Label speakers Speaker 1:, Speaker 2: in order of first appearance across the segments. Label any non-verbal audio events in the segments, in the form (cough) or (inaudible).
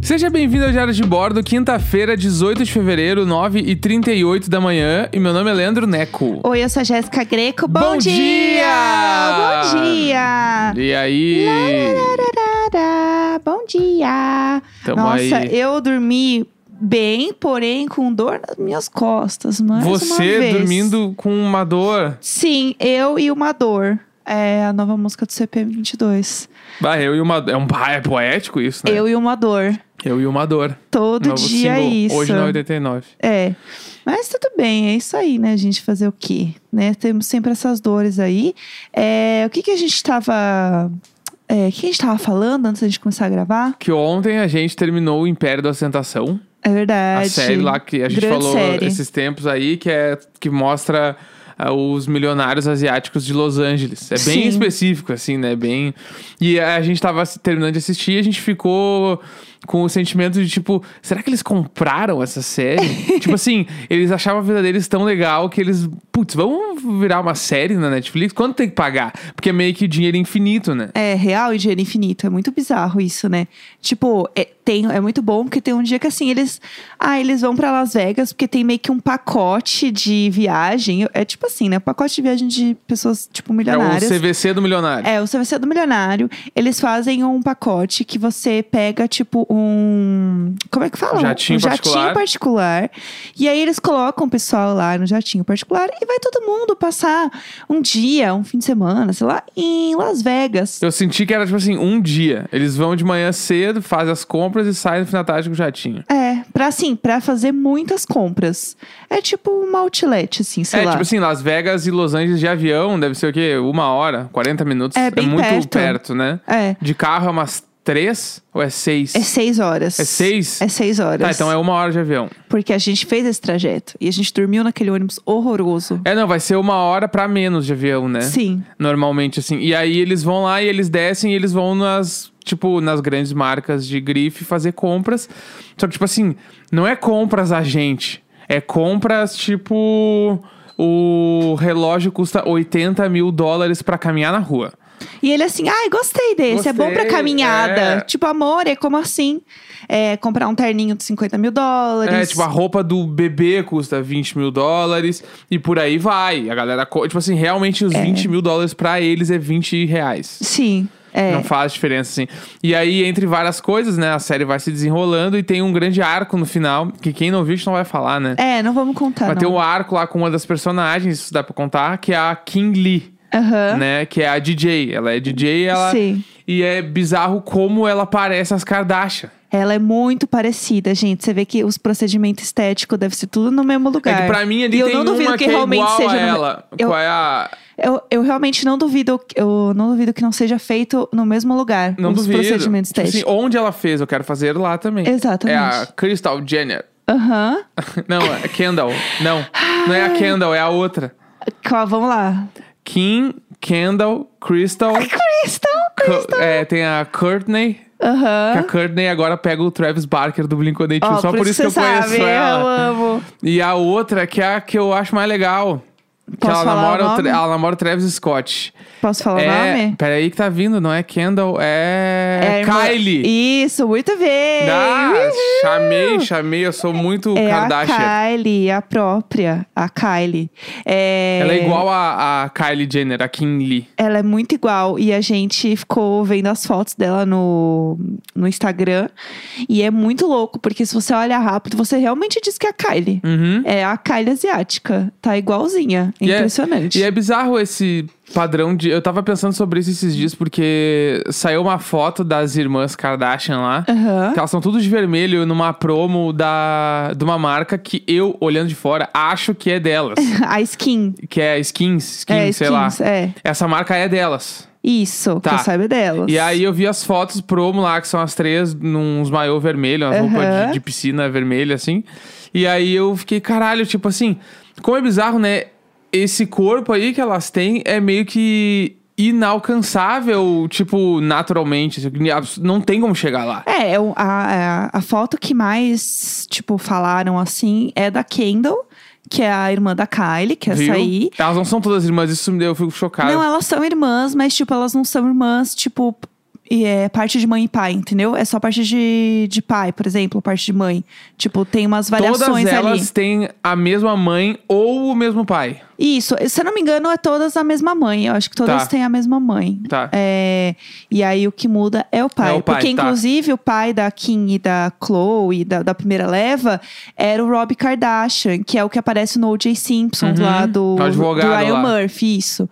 Speaker 1: Seja bem-vindo ao Diário de Bordo, quinta-feira, 18 de fevereiro, 9h38 da manhã. E meu nome é Leandro Neco.
Speaker 2: Oi, eu sou a Jéssica Greco. Bom,
Speaker 1: Bom
Speaker 2: dia!
Speaker 1: dia!
Speaker 2: Bom dia!
Speaker 1: E aí?
Speaker 2: Larararara, Bom dia!
Speaker 1: Tamo
Speaker 2: Nossa,
Speaker 1: aí.
Speaker 2: eu dormi bem, porém com dor nas minhas costas, mais uma
Speaker 1: Você
Speaker 2: vez.
Speaker 1: dormindo com uma dor.
Speaker 2: Sim, eu e uma dor. É a nova música do CPM 22.
Speaker 1: Bah, eu e uma É um bah, é poético isso, né?
Speaker 2: Eu e uma dor.
Speaker 1: Eu e uma dor.
Speaker 2: Todo
Speaker 1: Novo
Speaker 2: dia é
Speaker 1: single,
Speaker 2: isso.
Speaker 1: Hoje na 89.
Speaker 2: É. Mas tudo bem, é isso aí, né, gente? Fazer o quê? Né? Temos sempre essas dores aí. É, o que, que a gente tava. é, o que a gente tava falando antes da gente começar a gravar?
Speaker 1: Que ontem a gente terminou o Império da Ostentação.
Speaker 2: É verdade.
Speaker 1: a série lá que a gente
Speaker 2: Grande
Speaker 1: falou
Speaker 2: série.
Speaker 1: esses tempos aí, que é que mostra ah, os milionários asiáticos de Los Angeles. É bem
Speaker 2: Sim.
Speaker 1: específico, assim, né? Bem. E a gente tava se- terminando de assistir e a gente ficou com o sentimento de tipo, será que eles compraram essa
Speaker 2: (laughs)
Speaker 1: série? tipo assim, eles achavam a vida deles tão legal que eles, putz, vamos virar uma série na Netflix? Quanto tem que pagar? Porque é meio que dinheiro infinito, né?
Speaker 2: É real e dinheiro infinito. É muito bizarro isso, né? Tipo, é, tem, é muito bom porque tem um dia que assim, eles. Ah, eles vão pra Las Vegas porque tem meio que um pacote de viagem. É tipo assim, né? Pacote de viagem de pessoas,
Speaker 1: É
Speaker 2: tipo,
Speaker 1: o
Speaker 2: milionárias.
Speaker 1: CVC do milionário.
Speaker 2: É, o CVC do Milionário, eles fazem um pacote que você pega, tipo, um. Como é que fala?
Speaker 1: Um jatinho
Speaker 2: um
Speaker 1: particular.
Speaker 2: jatinho particular. E aí eles colocam o pessoal lá no jatinho particular e vai todo mundo passar um dia, um fim de semana, sei lá, em Las Vegas.
Speaker 1: Eu senti que era tipo assim, um dia. Eles vão de manhã cedo, fazem as compras e saem no final da tarde com o jatinho.
Speaker 2: É, pra assim, pra fazer muitas compras. É tipo uma outlet, assim, sei
Speaker 1: é,
Speaker 2: lá.
Speaker 1: tipo assim, Las Vegas e Los Angeles de avião, deve ser o quê? Uma hora, 40 minutos.
Speaker 2: É, bem
Speaker 1: muito perto,
Speaker 2: perto.
Speaker 1: né?
Speaker 2: É.
Speaker 1: De carro é umas três ou é seis?
Speaker 2: É seis horas.
Speaker 1: É seis?
Speaker 2: É seis horas.
Speaker 1: Tá, então é uma hora de avião.
Speaker 2: Porque a gente fez esse trajeto e a gente dormiu naquele ônibus horroroso.
Speaker 1: É, não, vai ser uma hora pra menos de avião, né?
Speaker 2: Sim.
Speaker 1: Normalmente, assim. E aí eles vão lá e eles descem e eles vão nas, tipo, nas grandes marcas de grife fazer compras. Só que, tipo assim, não é compras a gente. É compras, tipo. O relógio custa 80 mil dólares pra caminhar na rua.
Speaker 2: E ele assim, ai, gostei desse, é bom pra
Speaker 1: Gostei,
Speaker 2: caminhada.
Speaker 1: é.
Speaker 2: Tipo, amor, é como assim? É, comprar um terninho de 50 mil dólares.
Speaker 1: É, tipo, a roupa do bebê custa 20 mil dólares e por aí vai. A galera, co- tipo assim, realmente os 20 mil dólares pra eles é 20 reais.
Speaker 2: Sim, é.
Speaker 1: Não faz diferença, assim. E aí, entre várias coisas, né? A série vai se desenrolando e tem um grande arco no final, que quem não viu, a gente não vai falar, né?
Speaker 2: É, não vamos contar,
Speaker 1: vai
Speaker 2: não.
Speaker 1: ter um arco lá com uma das personagens, isso dá pra contar, que é a King Lee,
Speaker 2: Aham.
Speaker 1: né? Que é a DJ. Ela é DJ ela...
Speaker 2: Sim.
Speaker 1: e é bizarro como ela parece as Kardashian.
Speaker 2: Ela é muito parecida, gente. Você vê que os procedimentos estéticos devem ser tudo no mesmo lugar.
Speaker 1: É que pra mim ali
Speaker 2: E eu
Speaker 1: tem
Speaker 2: não duvido
Speaker 1: uma
Speaker 2: que
Speaker 1: é
Speaker 2: realmente
Speaker 1: igual
Speaker 2: seja
Speaker 1: a
Speaker 2: no-
Speaker 1: ela.
Speaker 2: Eu-
Speaker 1: Qual é a...
Speaker 2: Eu, eu realmente não duvido, eu não duvido que não seja feito no mesmo lugar.
Speaker 1: Não
Speaker 2: os
Speaker 1: duvido.
Speaker 2: um procedimentos
Speaker 1: Tipo assim,
Speaker 2: estéticos.
Speaker 1: onde ela fez, eu quero fazer lá também.
Speaker 2: Exatamente.
Speaker 1: É a Crystal Jenner. (laughs)
Speaker 2: Aham.
Speaker 1: Não, é Kendall. Não, não é a Kendall, é a outra.
Speaker 2: Qual-
Speaker 1: (laughs)
Speaker 2: Vamos lá.
Speaker 1: Kim, Kendall, Crystal.
Speaker 2: Crystal!
Speaker 1: Cu- é, tem a Courtney.
Speaker 2: Aham.
Speaker 1: Que a Courtney agora pega o Travis Barker do Blink-182.
Speaker 2: Ó,
Speaker 1: só por isso que eu
Speaker 2: Ah, você sabe,
Speaker 1: conheço
Speaker 2: Eu
Speaker 1: ela.
Speaker 2: amo.
Speaker 1: E a outra, que é a que eu acho mais legal. que
Speaker 2: Posso
Speaker 1: ela
Speaker 2: falar o
Speaker 1: namora,
Speaker 2: nome?
Speaker 1: Tra- ela namora o Travis Scott.
Speaker 2: Posso falar o
Speaker 1: é,
Speaker 2: nome?
Speaker 1: peraí que tá vindo, não é Kendall,
Speaker 2: É,
Speaker 1: é,
Speaker 2: irmã-
Speaker 1: Kylie.
Speaker 2: Isso, muito bem!
Speaker 1: Ah,
Speaker 2: Uhul!
Speaker 1: chamei, chamei, eu sou muito
Speaker 2: É
Speaker 1: Kardashian.
Speaker 2: a Kylie, a própria, a Kylie. É...
Speaker 1: Ela é igual a, a Kylie Jenner, a Kim Lee.
Speaker 2: Ela é muito igual. E a gente ficou vendo as fotos dela no, no Instagram. E é muito louco, porque se você olha rápido, você realmente diz que é a Kylie.
Speaker 1: Uhum.
Speaker 2: É a Kylie asiática. Tá igualzinha.
Speaker 1: E é-
Speaker 2: Impressionante.
Speaker 1: E é bizarro esse padrão de. Eu tava pensando sobre isso esses dias, porque saiu uma foto das irmãs Kardashian lá.
Speaker 2: Aham.
Speaker 1: Que elas são tudo de vermelho numa promo da, de uma marca que eu, olhando de fora, acho que é delas.
Speaker 2: (laughs) A skin.
Speaker 1: que é Skins, Skins,
Speaker 2: é,
Speaker 1: sei lá.
Speaker 2: skins, é.
Speaker 1: Essa marca é delas.
Speaker 2: Isso,
Speaker 1: Tá.
Speaker 2: que eu saiba delas.
Speaker 1: E aí eu vi as fotos promo lá, que são as três, nos maiô vermelho, umas
Speaker 2: Aham.
Speaker 1: roupas de, de piscina vermelha, assim. E aí eu fiquei, caralho, tipo assim, como é bizarro, né? Esse corpo aí que elas têm é meio que inalcançável, tipo, naturalmente. assim, abs- Não tem como chegar lá.
Speaker 2: É, eu- a, a, a foto que mais, tipo, falaram assim é da Kendall, que é a irmã da Kylie, que é
Speaker 1: viu?
Speaker 2: essa aí.
Speaker 1: Elas não são todas irmãs, isso me deu, eu fico chocado.
Speaker 2: Não, elas são irmãs, mas, tipo, elas não são irmãs, tipo, e é parte de mãe e pai, entendeu? É só parte de, de pai, por exemplo, parte de mãe. Tipo, tem umas variações
Speaker 1: Todas elas
Speaker 2: ali.
Speaker 1: têm a mesma mãe ou o mesmo pai.
Speaker 2: Isso, se eu não me engano, é todas a mesma mãe. Eu acho que todas
Speaker 1: Tá.
Speaker 2: têm a mesma mãe.
Speaker 1: Tá.
Speaker 2: É, e aí o que muda é o pai.
Speaker 1: É o pai,
Speaker 2: Porque,
Speaker 1: tá.
Speaker 2: inclusive, o pai da Kim e da Chloe, da, da primeira leva, era o Rob Kardashian, que é o que aparece no O.J. Simpsons
Speaker 1: Uhum.
Speaker 2: lá do,
Speaker 1: O advogado
Speaker 2: do Ryan
Speaker 1: lá.
Speaker 2: Murphy. Isso.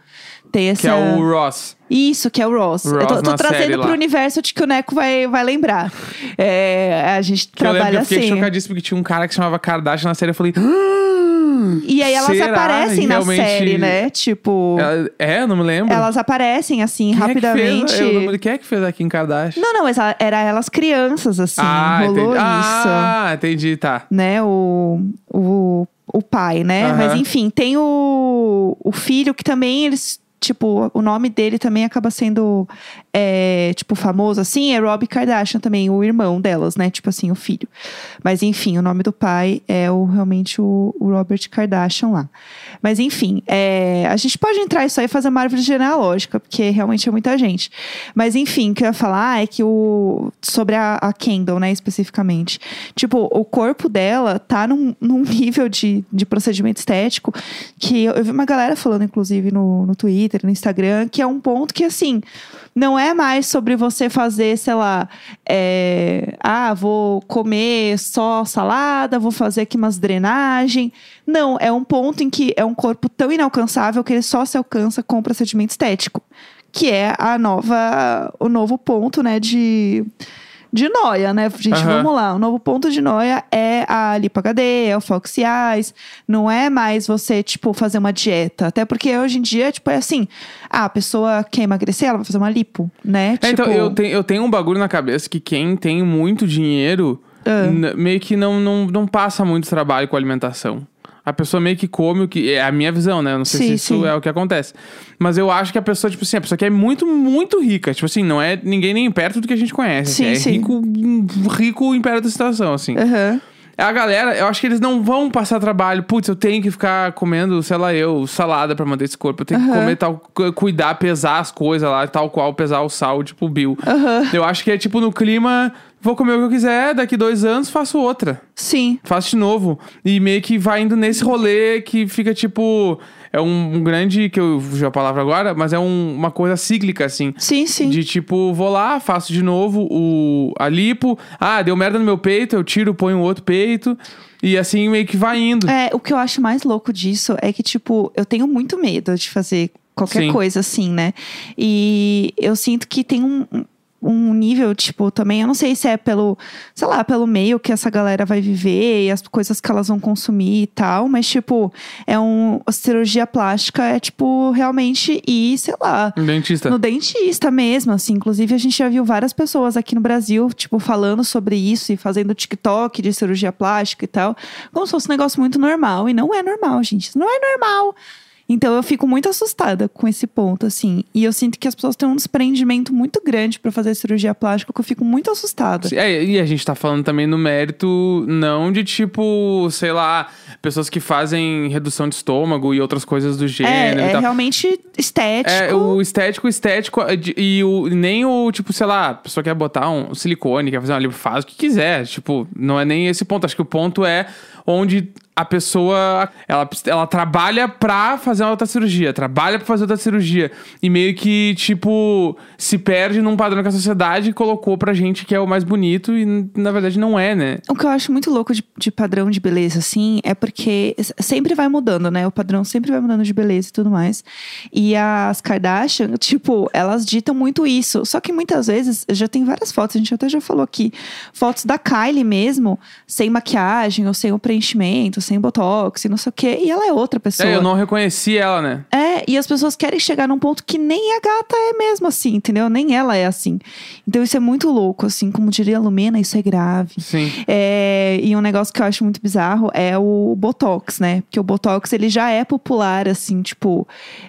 Speaker 2: Tem essa...
Speaker 1: Que é o Ross.
Speaker 2: Isso, que é o Ross.
Speaker 1: Ross
Speaker 2: eu tô, tô
Speaker 1: na série
Speaker 2: trazendo
Speaker 1: lá.
Speaker 2: pro universo de que o Neco vai, vai lembrar. É, a gente
Speaker 1: Que eu lembro que
Speaker 2: trabalha
Speaker 1: eu fiquei
Speaker 2: assim.
Speaker 1: chocadíssimo que tinha um cara que chamava Kardashian na série. Eu falei. "Ah,
Speaker 2: E aí elas
Speaker 1: será?
Speaker 2: aparecem
Speaker 1: E
Speaker 2: na
Speaker 1: realmente-
Speaker 2: série, né? Tipo,
Speaker 1: ela- É, eu não me lembro.
Speaker 2: elas aparecem assim,
Speaker 1: Quem é que fez?
Speaker 2: rapidamente.
Speaker 1: Eu não me- Quem é que fez aqui em Kardashian?
Speaker 2: Não, não, mas ela- era elas crianças, assim.
Speaker 1: ah,
Speaker 2: rolou
Speaker 1: entendi.
Speaker 2: isso.
Speaker 1: Ah, entendi, tá.
Speaker 2: Né? O, o, o pai, né?
Speaker 1: Aham.
Speaker 2: Mas enfim, tem o, o filho que também eles. Tipo, o nome dele também acaba sendo, é, tipo, famoso, assim. É Rob Kardashian também, o irmão delas, né? Tipo assim, o filho. Mas enfim, o nome do pai é o, realmente o, o Robert Kardashian lá. Mas enfim, é, a gente pode entrar isso aí e fazer uma árvore genealógica, porque realmente é muita gente. Mas enfim, o que eu ia falar é que o. Sobre a, a Kendall, né, especificamente. Tipo, o corpo dela tá num, num (laughs) nível de, de procedimento estético que eu, eu vi uma galera falando, inclusive, no, no Twitter, no Instagram, que é um ponto que, assim, não é mais sobre você fazer, sei lá, é, ah, vou comer só salada, vou fazer aqui umas drenagem. Não, é um ponto em que é um corpo tão inalcançável que ele só se alcança com procedimento estético, que é a nova, o novo ponto, né, de de noia, né? Gente,
Speaker 1: Aham.
Speaker 2: vamos lá. O novo ponto de noia é a lipoHD, é o Foxy Eyes. Não é mais você, tipo, fazer uma dieta. Até porque hoje em dia, tipo, é assim. ah, a pessoa quer emagrecer, ela vai fazer uma lipo, né?
Speaker 1: É,
Speaker 2: tipo,
Speaker 1: então, eu, tenho- eu tenho um bagulho na cabeça que quem tem muito dinheiro
Speaker 2: Ah.
Speaker 1: n- meio que não, não, não passa muito trabalho com alimentação. A pessoa meio que come o que. É a minha visão, né? Eu não sei
Speaker 2: Sim,
Speaker 1: se isso
Speaker 2: sim.
Speaker 1: é o que acontece. Mas eu acho que a pessoa, tipo assim, a pessoa que é muito, muito rica. Tipo assim, não é ninguém nem perto do que a gente conhece.
Speaker 2: Sim,
Speaker 1: assim, é
Speaker 2: sim. É.
Speaker 1: rico, rico em perto da situação, assim.
Speaker 2: Aham.
Speaker 1: A galera, eu acho que eles não vão passar trabalho. Putz, eu tenho que ficar comendo, sei lá, eu, salada pra manter esse corpo. Eu tenho que
Speaker 2: Aham.
Speaker 1: comer tal, cu- cuidar, pesar as coisas lá, tal qual, pesar o sal, tipo o Bill.
Speaker 2: Aham.
Speaker 1: Eu acho que é tipo no clima, vou comer o que eu quiser, daqui dois anos faço outra.
Speaker 2: Sim.
Speaker 1: Faço de novo. E meio que vai indo nesse rolê que fica tipo. É um, um grande, que eu fugiu a palavra agora, mas é um- uma coisa cíclica, assim.
Speaker 2: Sim, sim.
Speaker 1: De tipo, vou lá, faço de novo o, a lipo. Ah, deu merda no meu peito, eu tiro, ponho um outro peito. E assim meio que vai indo.
Speaker 2: É, o que eu acho mais louco disso é que, tipo, eu tenho muito medo de fazer qualquer
Speaker 1: Sim.
Speaker 2: coisa assim, né? E eu sinto que tem um, um nível, tipo, também, eu não sei se é pelo, sei lá, pelo meio que essa galera vai viver e as coisas que elas vão consumir e tal, mas, tipo, é um. a Cirurgia plástica é, tipo, realmente ir, sei lá.
Speaker 1: Um dentista.
Speaker 2: No dentista mesmo, assim. Inclusive, a gente já viu várias pessoas aqui no Brasil, tipo, falando sobre isso e fazendo TikTok de cirurgia plástica e tal. Como se fosse um negócio muito normal. E não é normal, gente. Isso Não é normal. Então, eu fico muito assustada com esse ponto, assim. E eu sinto que as pessoas têm um desprendimento muito grande pra fazer cirurgia plástica, que eu fico muito assustada.
Speaker 1: É, e a gente tá falando também no mérito, não de tipo, sei lá, pessoas que fazem redução de estômago e outras coisas do gênero
Speaker 2: é,
Speaker 1: e
Speaker 2: é
Speaker 1: tal.
Speaker 2: realmente estético.
Speaker 1: É, o estético, o estético é de- e o, nem o, tipo, sei lá, a pessoa quer botar um silicone, quer fazer uma lipo, faz o que quiser. Tipo, não é nem esse ponto. Acho que o ponto é onde a pessoa, ela, ela trabalha pra fazer uma outra cirurgia, trabalha pra fazer outra cirurgia. E meio que, tipo, se perde num padrão que a sociedade colocou pra gente que é o mais bonito e, na verdade, não é, né?
Speaker 2: O que eu acho muito louco de, de padrão de beleza, assim, é porque s- sempre vai mudando, né? O padrão sempre vai mudando de beleza e tudo mais. E as Kardashian, (laughs) tipo, elas ditam muito isso. Só que muitas vezes, já tem várias fotos, a gente até já falou aqui, fotos da Kylie mesmo, sem maquiagem, ou sem o preenchimento, sem botox, e não sei o quê. E ela é outra pessoa.
Speaker 1: É, eu não reconheci ela, né?
Speaker 2: É, e as pessoas querem chegar num ponto que nem a gata é mesmo assim, entendeu? Nem ela é assim. Então isso é muito louco, assim, como diria a Lumena, isso é grave.
Speaker 1: Sim.
Speaker 2: É, e um negócio que eu acho muito bizarro é o Botox, né? Porque o Botox, ele já é popular, assim, tipo...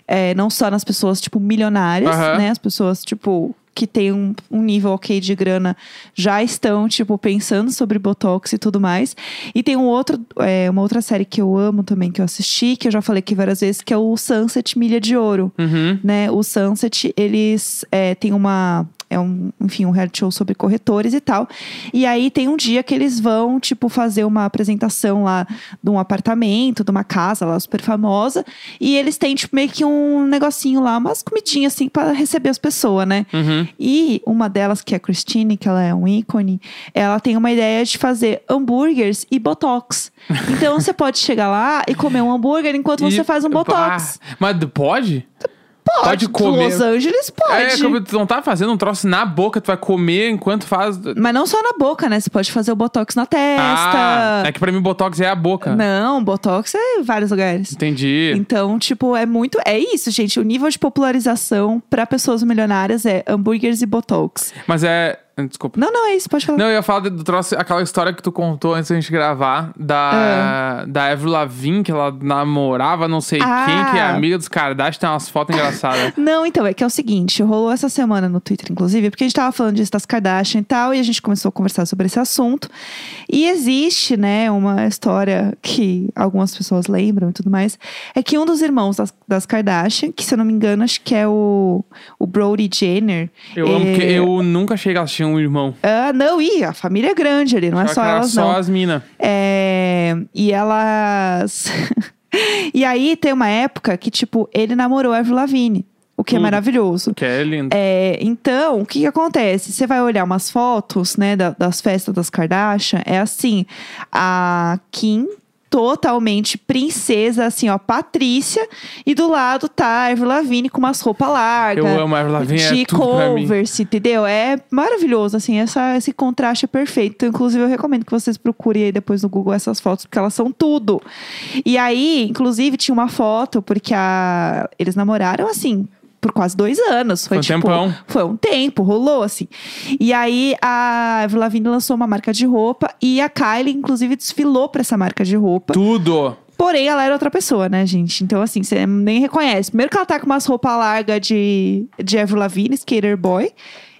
Speaker 2: é, não só nas pessoas, tipo, milionárias,
Speaker 1: Aham.
Speaker 2: né? As pessoas, tipo, que têm um, um nível ok de grana já estão, tipo, pensando sobre Botox e tudo mais. E tem um outro, é, uma outra série que eu amo também, que eu assisti, que eu já falei aqui várias vezes, que é o Sunset Milha de Ouro
Speaker 1: Uhum.
Speaker 2: né? O Sunset, eles é, têm uma. é um, enfim, um reality show sobre corretores e tal. E aí tem um dia que eles vão, tipo, fazer uma apresentação lá de um apartamento, de uma casa lá super famosa. E eles têm, tipo, meio que um negocinho lá, umas comidinhas assim pra receber as pessoas, né?
Speaker 1: Uhum.
Speaker 2: E uma delas, que é a Christine, que ela é um ícone, ela tem uma ideia de fazer hambúrgueres e botox. Então você pode chegar lá e comer um hambúrguer enquanto você
Speaker 1: E-
Speaker 2: faz um botox.
Speaker 1: Ah, mas pode? pode
Speaker 2: Pode,
Speaker 1: comer.
Speaker 2: Los Angeles
Speaker 1: É,
Speaker 2: pode.
Speaker 1: como tu não tá fazendo um troço na boca, tu vai comer enquanto faz.
Speaker 2: Mas não só na boca, né? Você pode fazer o botox na
Speaker 1: Ah,
Speaker 2: testa.
Speaker 1: é que pra mim botox é a boca.
Speaker 2: Não, botox é em vários lugares.
Speaker 1: Entendi.
Speaker 2: Então, tipo, é muito. É isso, gente. O nível de popularização pra pessoas milionárias é hambúrgueres e botox.
Speaker 1: Mas é. Desculpa.
Speaker 2: Não, não, é isso. Pode falar.
Speaker 1: Não, eu ia falar do troço, aquela história que tu contou antes da gente gravar, da, da Avril Lavigne, que ela namorava não sei
Speaker 2: Ah.
Speaker 1: quem, que é amiga dos Kardashian, tem umas fotos
Speaker 2: (laughs)
Speaker 1: engraçadas.
Speaker 2: Não, então, é que é o seguinte, rolou essa semana no Twitter, inclusive, porque a gente tava falando disso das Kardashian e tal, e a gente começou a conversar sobre esse assunto. E existe, né, uma história que algumas pessoas lembram e tudo mais, é que um dos irmãos das, das Kardashian, que se eu não me engano, acho que é o, o Brody Jenner.
Speaker 1: Eu
Speaker 2: é-
Speaker 1: amo, porque eu nunca achei que elas tinham um irmão.
Speaker 2: Ah, não, e a família é grande ali, não é
Speaker 1: Achava
Speaker 2: só
Speaker 1: que era
Speaker 2: elas,
Speaker 1: só
Speaker 2: não.
Speaker 1: as minas.
Speaker 2: É, e elas. (laughs) e aí tem uma época que, tipo, ele namorou a Avril Lavigne, o que é
Speaker 1: Tudo.
Speaker 2: maravilhoso.
Speaker 1: Que é lindo.
Speaker 2: É, então, o que, que acontece? Você vai olhar umas fotos, né, da- das festas das Kardashian, é assim, a Kim totalmente princesa, assim, ó, Patrícia, e do lado tá a Avril Lavigne com umas roupas largas.
Speaker 1: eu amo a Avril Lavigne, é
Speaker 2: De
Speaker 1: tudo pra mim.
Speaker 2: Converse, entendeu? É maravilhoso, assim, essa, esse contraste é perfeito. Então, inclusive, eu recomendo que vocês procurem aí depois no Google essas fotos, porque elas são tudo. E aí, inclusive, tinha uma foto, porque a... eles namoraram, assim, por quase dois anos. Foi,
Speaker 1: Foi um
Speaker 2: tipo,
Speaker 1: tempão.
Speaker 2: Foi um tempo, rolou, assim. E aí, a Avril Lavigne lançou uma marca de roupa, e a Kylie, inclusive, desfilou pra essa marca de roupa.
Speaker 1: Tudo.
Speaker 2: Porém, ela era outra pessoa, né, gente? Então, assim, você nem reconhece. Primeiro que ela tá com umas roupas largas de, de Avril Lavigne, Skater Boy.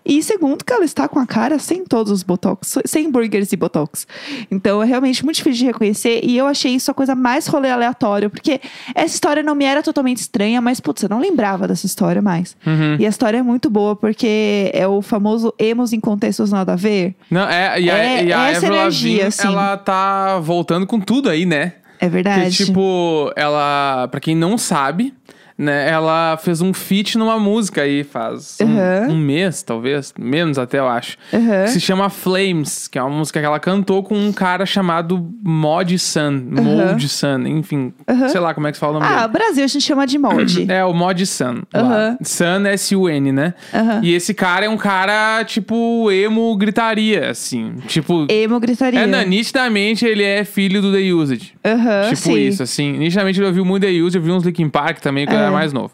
Speaker 2: E segundo que ela está com a cara sem todos os botox, sem burgers e botox. Então, é realmente muito difícil de reconhecer. E eu achei isso a coisa mais rolê aleatório. Porque essa história não me era totalmente estranha, mas, putz, eu não lembrava dessa história mais.
Speaker 1: Uhum.
Speaker 2: E a história é muito boa, porque é o famoso emos em contextos nada a ver.
Speaker 1: Não, é, e a,
Speaker 2: É,
Speaker 1: e a
Speaker 2: essa
Speaker 1: Avril
Speaker 2: energia,
Speaker 1: Lavigne,
Speaker 2: assim.
Speaker 1: ela tá voltando com tudo aí, né?
Speaker 2: É verdade.
Speaker 1: Que, tipo, ela, pra quem não sabe, né, ela fez um feat numa música aí faz um-
Speaker 2: Uhum.
Speaker 1: um, mês, talvez, menos até eu acho.
Speaker 2: Uhum.
Speaker 1: Que se chama Flames, que é uma música que ela cantou com um cara chamado Mod Sun, Mold Sun, enfim,
Speaker 2: Uhum.
Speaker 1: sei lá como é que se fala o nome
Speaker 2: ah,
Speaker 1: dele.
Speaker 2: Brasil a gente chama de
Speaker 1: (clears throat)
Speaker 2: molde.
Speaker 1: É, o Mod Sun. lá.
Speaker 2: Aham.
Speaker 1: Sun, S-U-N, né?
Speaker 2: Aham.
Speaker 1: E esse cara é um cara, tipo, emo gritaria, assim. Tipo,
Speaker 2: Emo gritaria.
Speaker 1: é, não, nitidamente ele é filho do The Used.
Speaker 2: Aham,
Speaker 1: Tipo
Speaker 2: Ah, sim.
Speaker 1: isso, assim. Inicialmente eu ouvi muito The Used, eu vi uns Linkin Park também, quando eu era
Speaker 2: É.
Speaker 1: mais novo.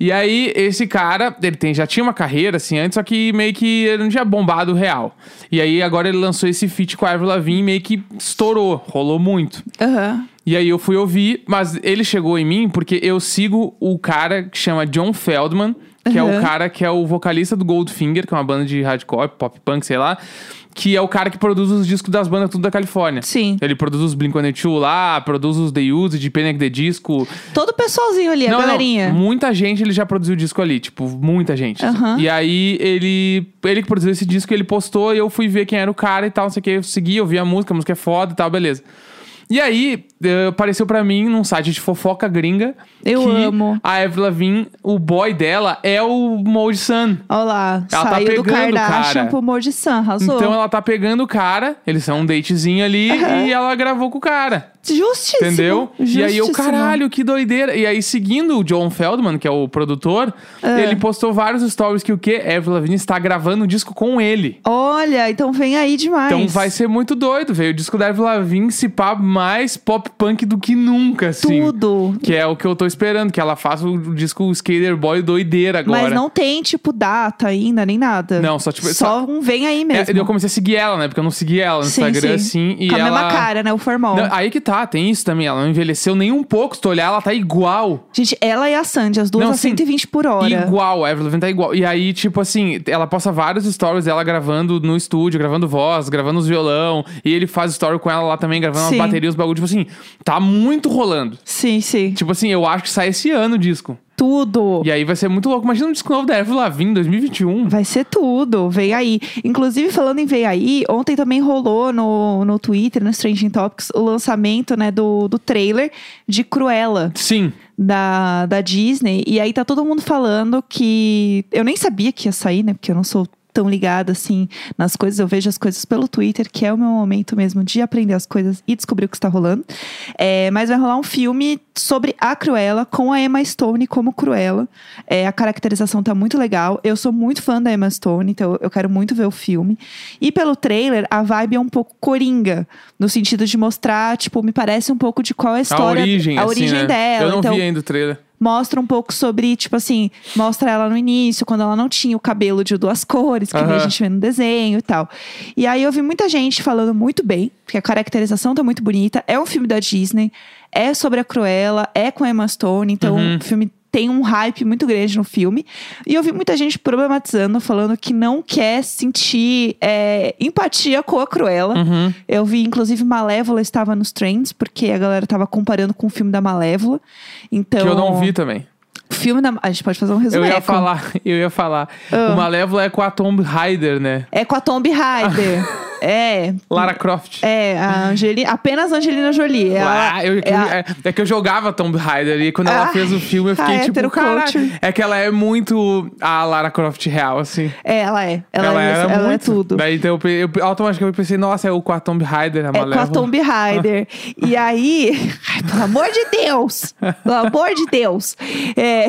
Speaker 1: E aí, esse cara, ele tem, já tinha uma carreira, assim, antes, só que meio que ele não tinha bombado real. E aí, agora ele lançou esse feat com a Avril Lavigne e meio que estourou, rolou muito.
Speaker 2: Aham.
Speaker 1: E aí eu fui ouvir, mas ele chegou em mim porque eu sigo o cara que chama John Feldman, que é
Speaker 2: Aham.
Speaker 1: o cara que é o vocalista do Goldfinger, que é uma banda de hardcore, pop punk, sei lá, que é o cara que produz os discos das bandas tudo da Califórnia.
Speaker 2: Sim.
Speaker 1: Ele produz os Blink-182 lá, produz os The Used, de Panic! The Disco.
Speaker 2: Todo o pessoalzinho ali, a
Speaker 1: não, Hum.
Speaker 2: galerinha.
Speaker 1: não, muita gente ele já produziu disco ali, tipo, muita gente.
Speaker 2: Aham.
Speaker 1: E aí ele, ele que produziu esse disco, ele postou e eu fui ver quem era o cara e tal, não sei o que, eu segui, eu vi a música, a música é foda e tal, beleza. E aí, eh, apareceu pra mim num site de fofoca gringa.
Speaker 2: Eu
Speaker 1: que
Speaker 2: amo.
Speaker 1: A Avril Lavigne, o boy dela é o Mold Sun.
Speaker 2: Olha lá,
Speaker 1: Ela tá
Speaker 2: saiu do
Speaker 1: pegando,
Speaker 2: Kardashian
Speaker 1: cara.
Speaker 2: pro amor de Sam, arrasou.
Speaker 1: Então ela tá pegando o cara, eles são um datezinho ali,
Speaker 2: Aham.
Speaker 1: e ela gravou com o cara.
Speaker 2: Justíssimo.
Speaker 1: Entendeu? E aí eu,
Speaker 2: justíssimo.
Speaker 1: caralho, que doideira. E aí, seguindo o John Feldman, que é o produtor,
Speaker 2: É.
Speaker 1: ele postou vários stories que o quê? Avril Lavigne está gravando um disco com ele.
Speaker 2: Olha, então vem aí demais.
Speaker 1: Então vai ser muito doido, velho. O disco da Avril Lavigne se pá mais pop punk do que nunca, assim.
Speaker 2: tudo.
Speaker 1: Que é o que eu tô esperando, que ela faça o disco Skater Boy doideira agora.
Speaker 2: Mas não tem, tipo, data ainda, nem nada.
Speaker 1: Não, só, tipo,
Speaker 2: Só um vem aí
Speaker 1: É,
Speaker 2: mesmo.
Speaker 1: eu comecei a seguir ela, né? Porque eu não seguia ela no
Speaker 2: Sim,
Speaker 1: Instagram,
Speaker 2: sim.
Speaker 1: assim. E
Speaker 2: Com a
Speaker 1: ela...
Speaker 2: mesma cara, né? O formal.
Speaker 1: Não, aí que tá, tem isso também. Ela não envelheceu nem um pouco. Se tu olhar, ela tá igual.
Speaker 2: Gente, ela e a Sandy, as duas
Speaker 1: Não,
Speaker 2: a
Speaker 1: sim.
Speaker 2: 120 por hora.
Speaker 1: Igual, a Avril Lavigne tá igual. E aí, tipo assim, ela posta vários stories dela gravando no estúdio, gravando voz, gravando os violão. E ele faz story com ela lá também, gravando
Speaker 2: Sim.
Speaker 1: as baterias, os bagulho. Tipo assim, tá muito rolando.
Speaker 2: Sim, sim. Tipo,
Speaker 1: Tipo assim, eu acho que sai esse ano o disco.
Speaker 2: Tudo.
Speaker 1: E aí vai ser muito louco. Imagina um disco novo da Avril Lavigne em 2021.
Speaker 2: Vai ser tudo, vem aí. Inclusive, falando em vem aí, ontem também rolou no, no Twitter, no Strange Topics, o lançamento né, do, do trailer de Cruella,
Speaker 1: Sim.
Speaker 2: da, da Disney. E aí tá todo mundo falando que. Eu nem sabia que ia sair, né? Porque eu não sou tão ligada assim nas coisas. Eu vejo as coisas pelo Twitter, que é o meu momento mesmo de aprender as coisas e descobrir o que está rolando. É, mas vai rolar um filme sobre a Cruella, com a Emma Stone como Cruella. É, a caracterização tá muito legal. Eu sou muito fã da Emma Stone, então eu quero muito ver o filme. E pelo trailer, a vibe é um pouco coringa, no sentido de mostrar, tipo, me parece um pouco de qual é a história.
Speaker 1: a origem,
Speaker 2: a
Speaker 1: assim,
Speaker 2: origem
Speaker 1: né?
Speaker 2: dela.
Speaker 1: Eu não
Speaker 2: então,
Speaker 1: vi ainda o trailer.
Speaker 2: mostra um pouco sobre, tipo assim, mostra ela no início, quando ela não tinha o cabelo de duas cores, que nem a
Speaker 1: Aham.
Speaker 2: gente vê no desenho e tal. E aí eu vi muita gente falando muito bem, porque a caracterização tá muito bonita. É um filme da Disney, é sobre a Cruella, é com a Emma Stone, então
Speaker 1: Uhum.
Speaker 2: o filme tem um hype muito grande no filme. E eu vi muita gente problematizando, falando que não quer sentir é, empatia com a Cruella.
Speaker 1: Uhum.
Speaker 2: Eu vi, inclusive, Malévola estava nos trends, porque a galera tava comparando com o filme da Malévola. Então,
Speaker 1: Que eu não vi também.
Speaker 2: O filme da. A gente pode fazer um resumo.
Speaker 1: Eu ia
Speaker 2: é com-
Speaker 1: falar, (laughs) eu ia falar.
Speaker 2: Ah.
Speaker 1: O Malévola é com a Tomb Raider, né?
Speaker 2: É com a Tomb Raider.
Speaker 1: (laughs)
Speaker 2: é.
Speaker 1: Lara Croft.
Speaker 2: É, a Angelina. Apenas a Angelina Jolie. É a-
Speaker 1: Ah, eu- é, que
Speaker 2: é
Speaker 1: eu,
Speaker 2: a-
Speaker 1: é que eu jogava Tomb Raider e quando ela
Speaker 2: Ah,
Speaker 1: fez o filme eu fiquei
Speaker 2: a
Speaker 1: tipo, cara,
Speaker 2: heteroculture.
Speaker 1: é que ela é muito a Lara Croft real, assim.
Speaker 2: é, ela é. Ela, é,
Speaker 1: era
Speaker 2: ela é
Speaker 1: muito.
Speaker 2: tudo.
Speaker 1: Daí então, eu, pe- eu automaticamente pensei, nossa, é o com a Tomb Raider, a
Speaker 2: É com a
Speaker 1: Malévola. (laughs)
Speaker 2: Tomb Raider. e aí. Ai, pelo amor de Deus! Pelo amor de Deus! É, (laughs)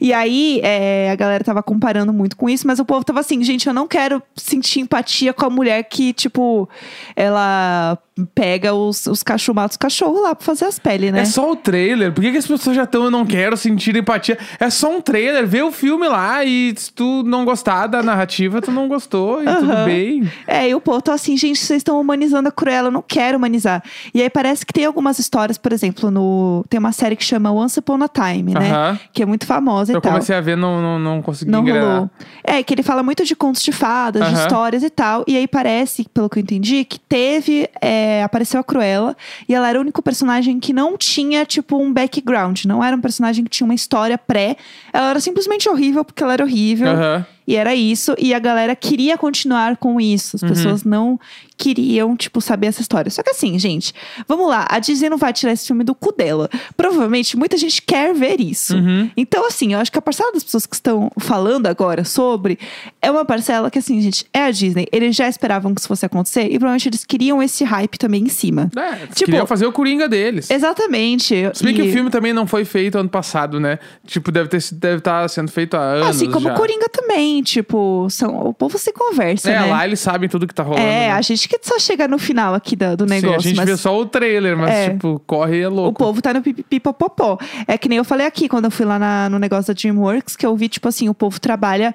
Speaker 2: e aí, é, a galera tava comparando muito com isso, mas o povo tava assim, gente, eu não quero sentir empatia com a mulher que, tipo, ela pega os, os cachorros, mata os cachorros lá pra fazer as peles, né?
Speaker 1: É só o trailer. Por que, que as pessoas já estão, eu não quero sentir empatia? É só um trailer, vê o filme lá e se tu não gostar da narrativa, tu não gostou e tudo
Speaker 2: Aham.
Speaker 1: bem.
Speaker 2: É, e o povo tá assim, gente, vocês estão humanizando a Cruella, eu não quero humanizar. E aí parece que tem algumas histórias, por exemplo, no tem uma série que chama Once Upon a Time, né?
Speaker 1: Aham.
Speaker 2: Que é muito famosa e
Speaker 1: Eu
Speaker 2: tal.
Speaker 1: comecei a ver, não, não, não consegui
Speaker 2: Não
Speaker 1: engrenar.
Speaker 2: rolou. É, que ele fala muito de contos de fadas, de
Speaker 1: Aham.
Speaker 2: histórias e tal. E aí parece, pelo que eu entendi, que teve. é, apareceu a Cruella e ela era o único personagem que não tinha, tipo, um background. Não era um personagem que tinha uma história pré. Ela era simplesmente horrível porque ela era horrível.
Speaker 1: Aham.
Speaker 2: E era isso, e a galera queria continuar com isso. As
Speaker 1: Uhum.
Speaker 2: pessoas não queriam, tipo, saber essa história. Só que assim, gente, vamos lá, a Disney não vai tirar esse filme do cu dela. Provavelmente muita gente quer ver isso.
Speaker 1: Uhum.
Speaker 2: Então, assim, eu acho que a parcela das pessoas que estão falando agora sobre é uma parcela que, assim, gente, é a Disney. Eles já esperavam que isso fosse acontecer e provavelmente eles queriam esse hype também em cima.
Speaker 1: É, eles
Speaker 2: Tipo-
Speaker 1: queriam fazer o Coringa deles.
Speaker 2: Exatamente.
Speaker 1: Se bem que
Speaker 2: E-
Speaker 1: o filme também não foi feito ano passado, né? Tipo, deve ter sido- deve estar sendo feito há anos.
Speaker 2: Assim como
Speaker 1: já.
Speaker 2: o Coringa também, tipo, são, o povo se conversa,
Speaker 1: É,
Speaker 2: né?
Speaker 1: lá eles sabem tudo que tá rolando.
Speaker 2: É,
Speaker 1: né?
Speaker 2: a gente que só chega no final aqui da- do,
Speaker 1: Sim,
Speaker 2: negócio.
Speaker 1: a gente
Speaker 2: mas
Speaker 1: vê só o trailer, mas,
Speaker 2: É.
Speaker 1: tipo, corre e é
Speaker 2: O
Speaker 1: louco.
Speaker 2: povo tá no pipipipopopó. É que nem eu falei aqui, quando eu fui lá na- no negócio da DreamWorks, que eu vi, tipo assim, o povo trabalha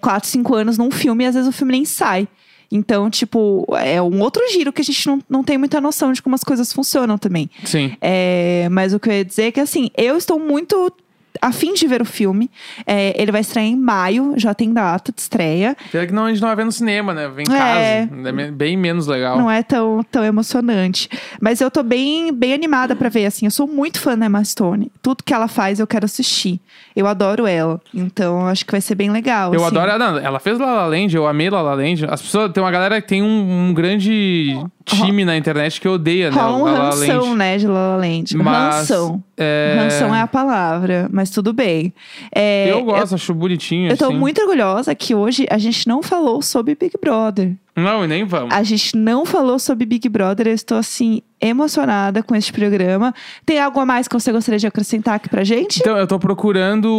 Speaker 2: 4, 5 anos num filme e às vezes o filme nem sai. Então, tipo, é um outro giro que a gente não, não tem muita noção de como as coisas funcionam também.
Speaker 1: Sim.
Speaker 2: É, mas o que eu ia dizer é que, assim, eu estou muito afim de ver o filme. É, ele vai estrear em maio, já tem data de estreia.
Speaker 1: Pena que não, a gente não vai ver no cinema, né? Vem em
Speaker 2: É.
Speaker 1: casa. É me- bem menos legal.
Speaker 2: Não é tão, tão emocionante. Mas eu tô bem, bem animada pra ver, assim. Eu sou muito fã da Emma Stone. Tudo que ela faz, eu quero assistir. Eu adoro ela. Então, eu acho que vai ser bem legal.
Speaker 1: Eu
Speaker 2: assim.
Speaker 1: adoro. Não, ela fez La La Land, eu amei La La Land. As pessoas. Tem uma galera que tem um, um grande time na internet que odeia, né?
Speaker 2: Rola um
Speaker 1: o La La
Speaker 2: ranção,
Speaker 1: Land.
Speaker 2: né, de La La Land.
Speaker 1: Mas,
Speaker 2: Ranção.
Speaker 1: é,
Speaker 2: Ranção é a palavra, mas tudo bem. É,
Speaker 1: Eu gosto, acho bonitinho.
Speaker 2: Eu tô
Speaker 1: assim.
Speaker 2: muito orgulhosa que hoje a gente não falou sobre Big Brother.
Speaker 1: Não, e nem vamos.
Speaker 2: A gente não falou sobre Big Brother. Eu estou, assim, emocionada com este programa. Tem algo a mais que você gostaria de acrescentar aqui pra gente?
Speaker 1: Então, eu tô procurando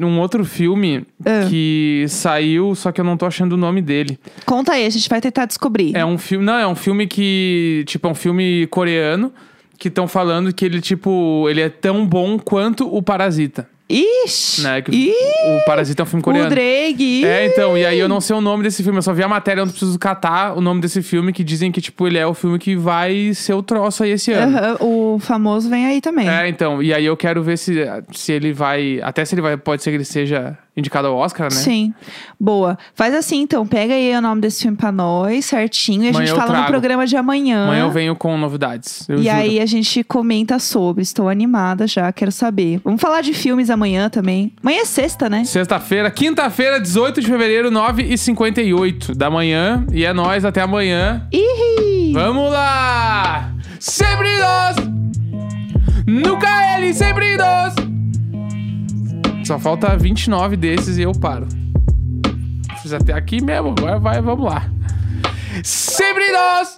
Speaker 1: um outro filme
Speaker 2: Ah.
Speaker 1: que saiu, só que eu não tô achando o nome dele.
Speaker 2: Conta aí, a gente vai tentar descobrir.
Speaker 1: É um filme. Não, é um filme que. Tipo, é um filme coreano que estão falando que ele, tipo, ele é tão bom quanto o Parasita.
Speaker 2: Ixi!
Speaker 1: Né? Que o-
Speaker 2: Ih,
Speaker 1: o Parasita é um filme
Speaker 2: o
Speaker 1: coreano.
Speaker 2: Drake!
Speaker 1: É, então, e aí eu não sei o nome desse filme, eu só vi a matéria, eu não preciso catar o nome desse filme, que dizem que, tipo, ele é o filme que vai ser o troço aí esse ano.
Speaker 2: Aham, o
Speaker 1: né?
Speaker 2: famoso vem aí também.
Speaker 1: É, então, e aí eu quero ver se, se ele vai. Até se ele vai. Pode ser que ele seja indicado ao Oscar, né?
Speaker 2: Sim. Boa. Faz assim, então. Pega aí o nome desse filme pra nós, certinho. E a
Speaker 1: Amanhã
Speaker 2: gente
Speaker 1: eu
Speaker 2: fala no
Speaker 1: trago.
Speaker 2: programa de amanhã.
Speaker 1: Amanhã eu venho com novidades. Eu
Speaker 2: e
Speaker 1: juro.
Speaker 2: aí a gente comenta sobre. Estou animada já, quero saber. Vamos falar de filmes amanhã também. Amanhã é sexta, né?
Speaker 1: Sexta-feira, quinta-feira, 18 de fevereiro, 9h58 da manhã. E é nóis, até amanhã.
Speaker 2: Ih!
Speaker 1: Vamos lá! Sempre nós! Nunca ele, sempre nós! Só falta 29 desses e eu paro. Fiz até aqui mesmo, agora vai, vamos lá. Sempre nós!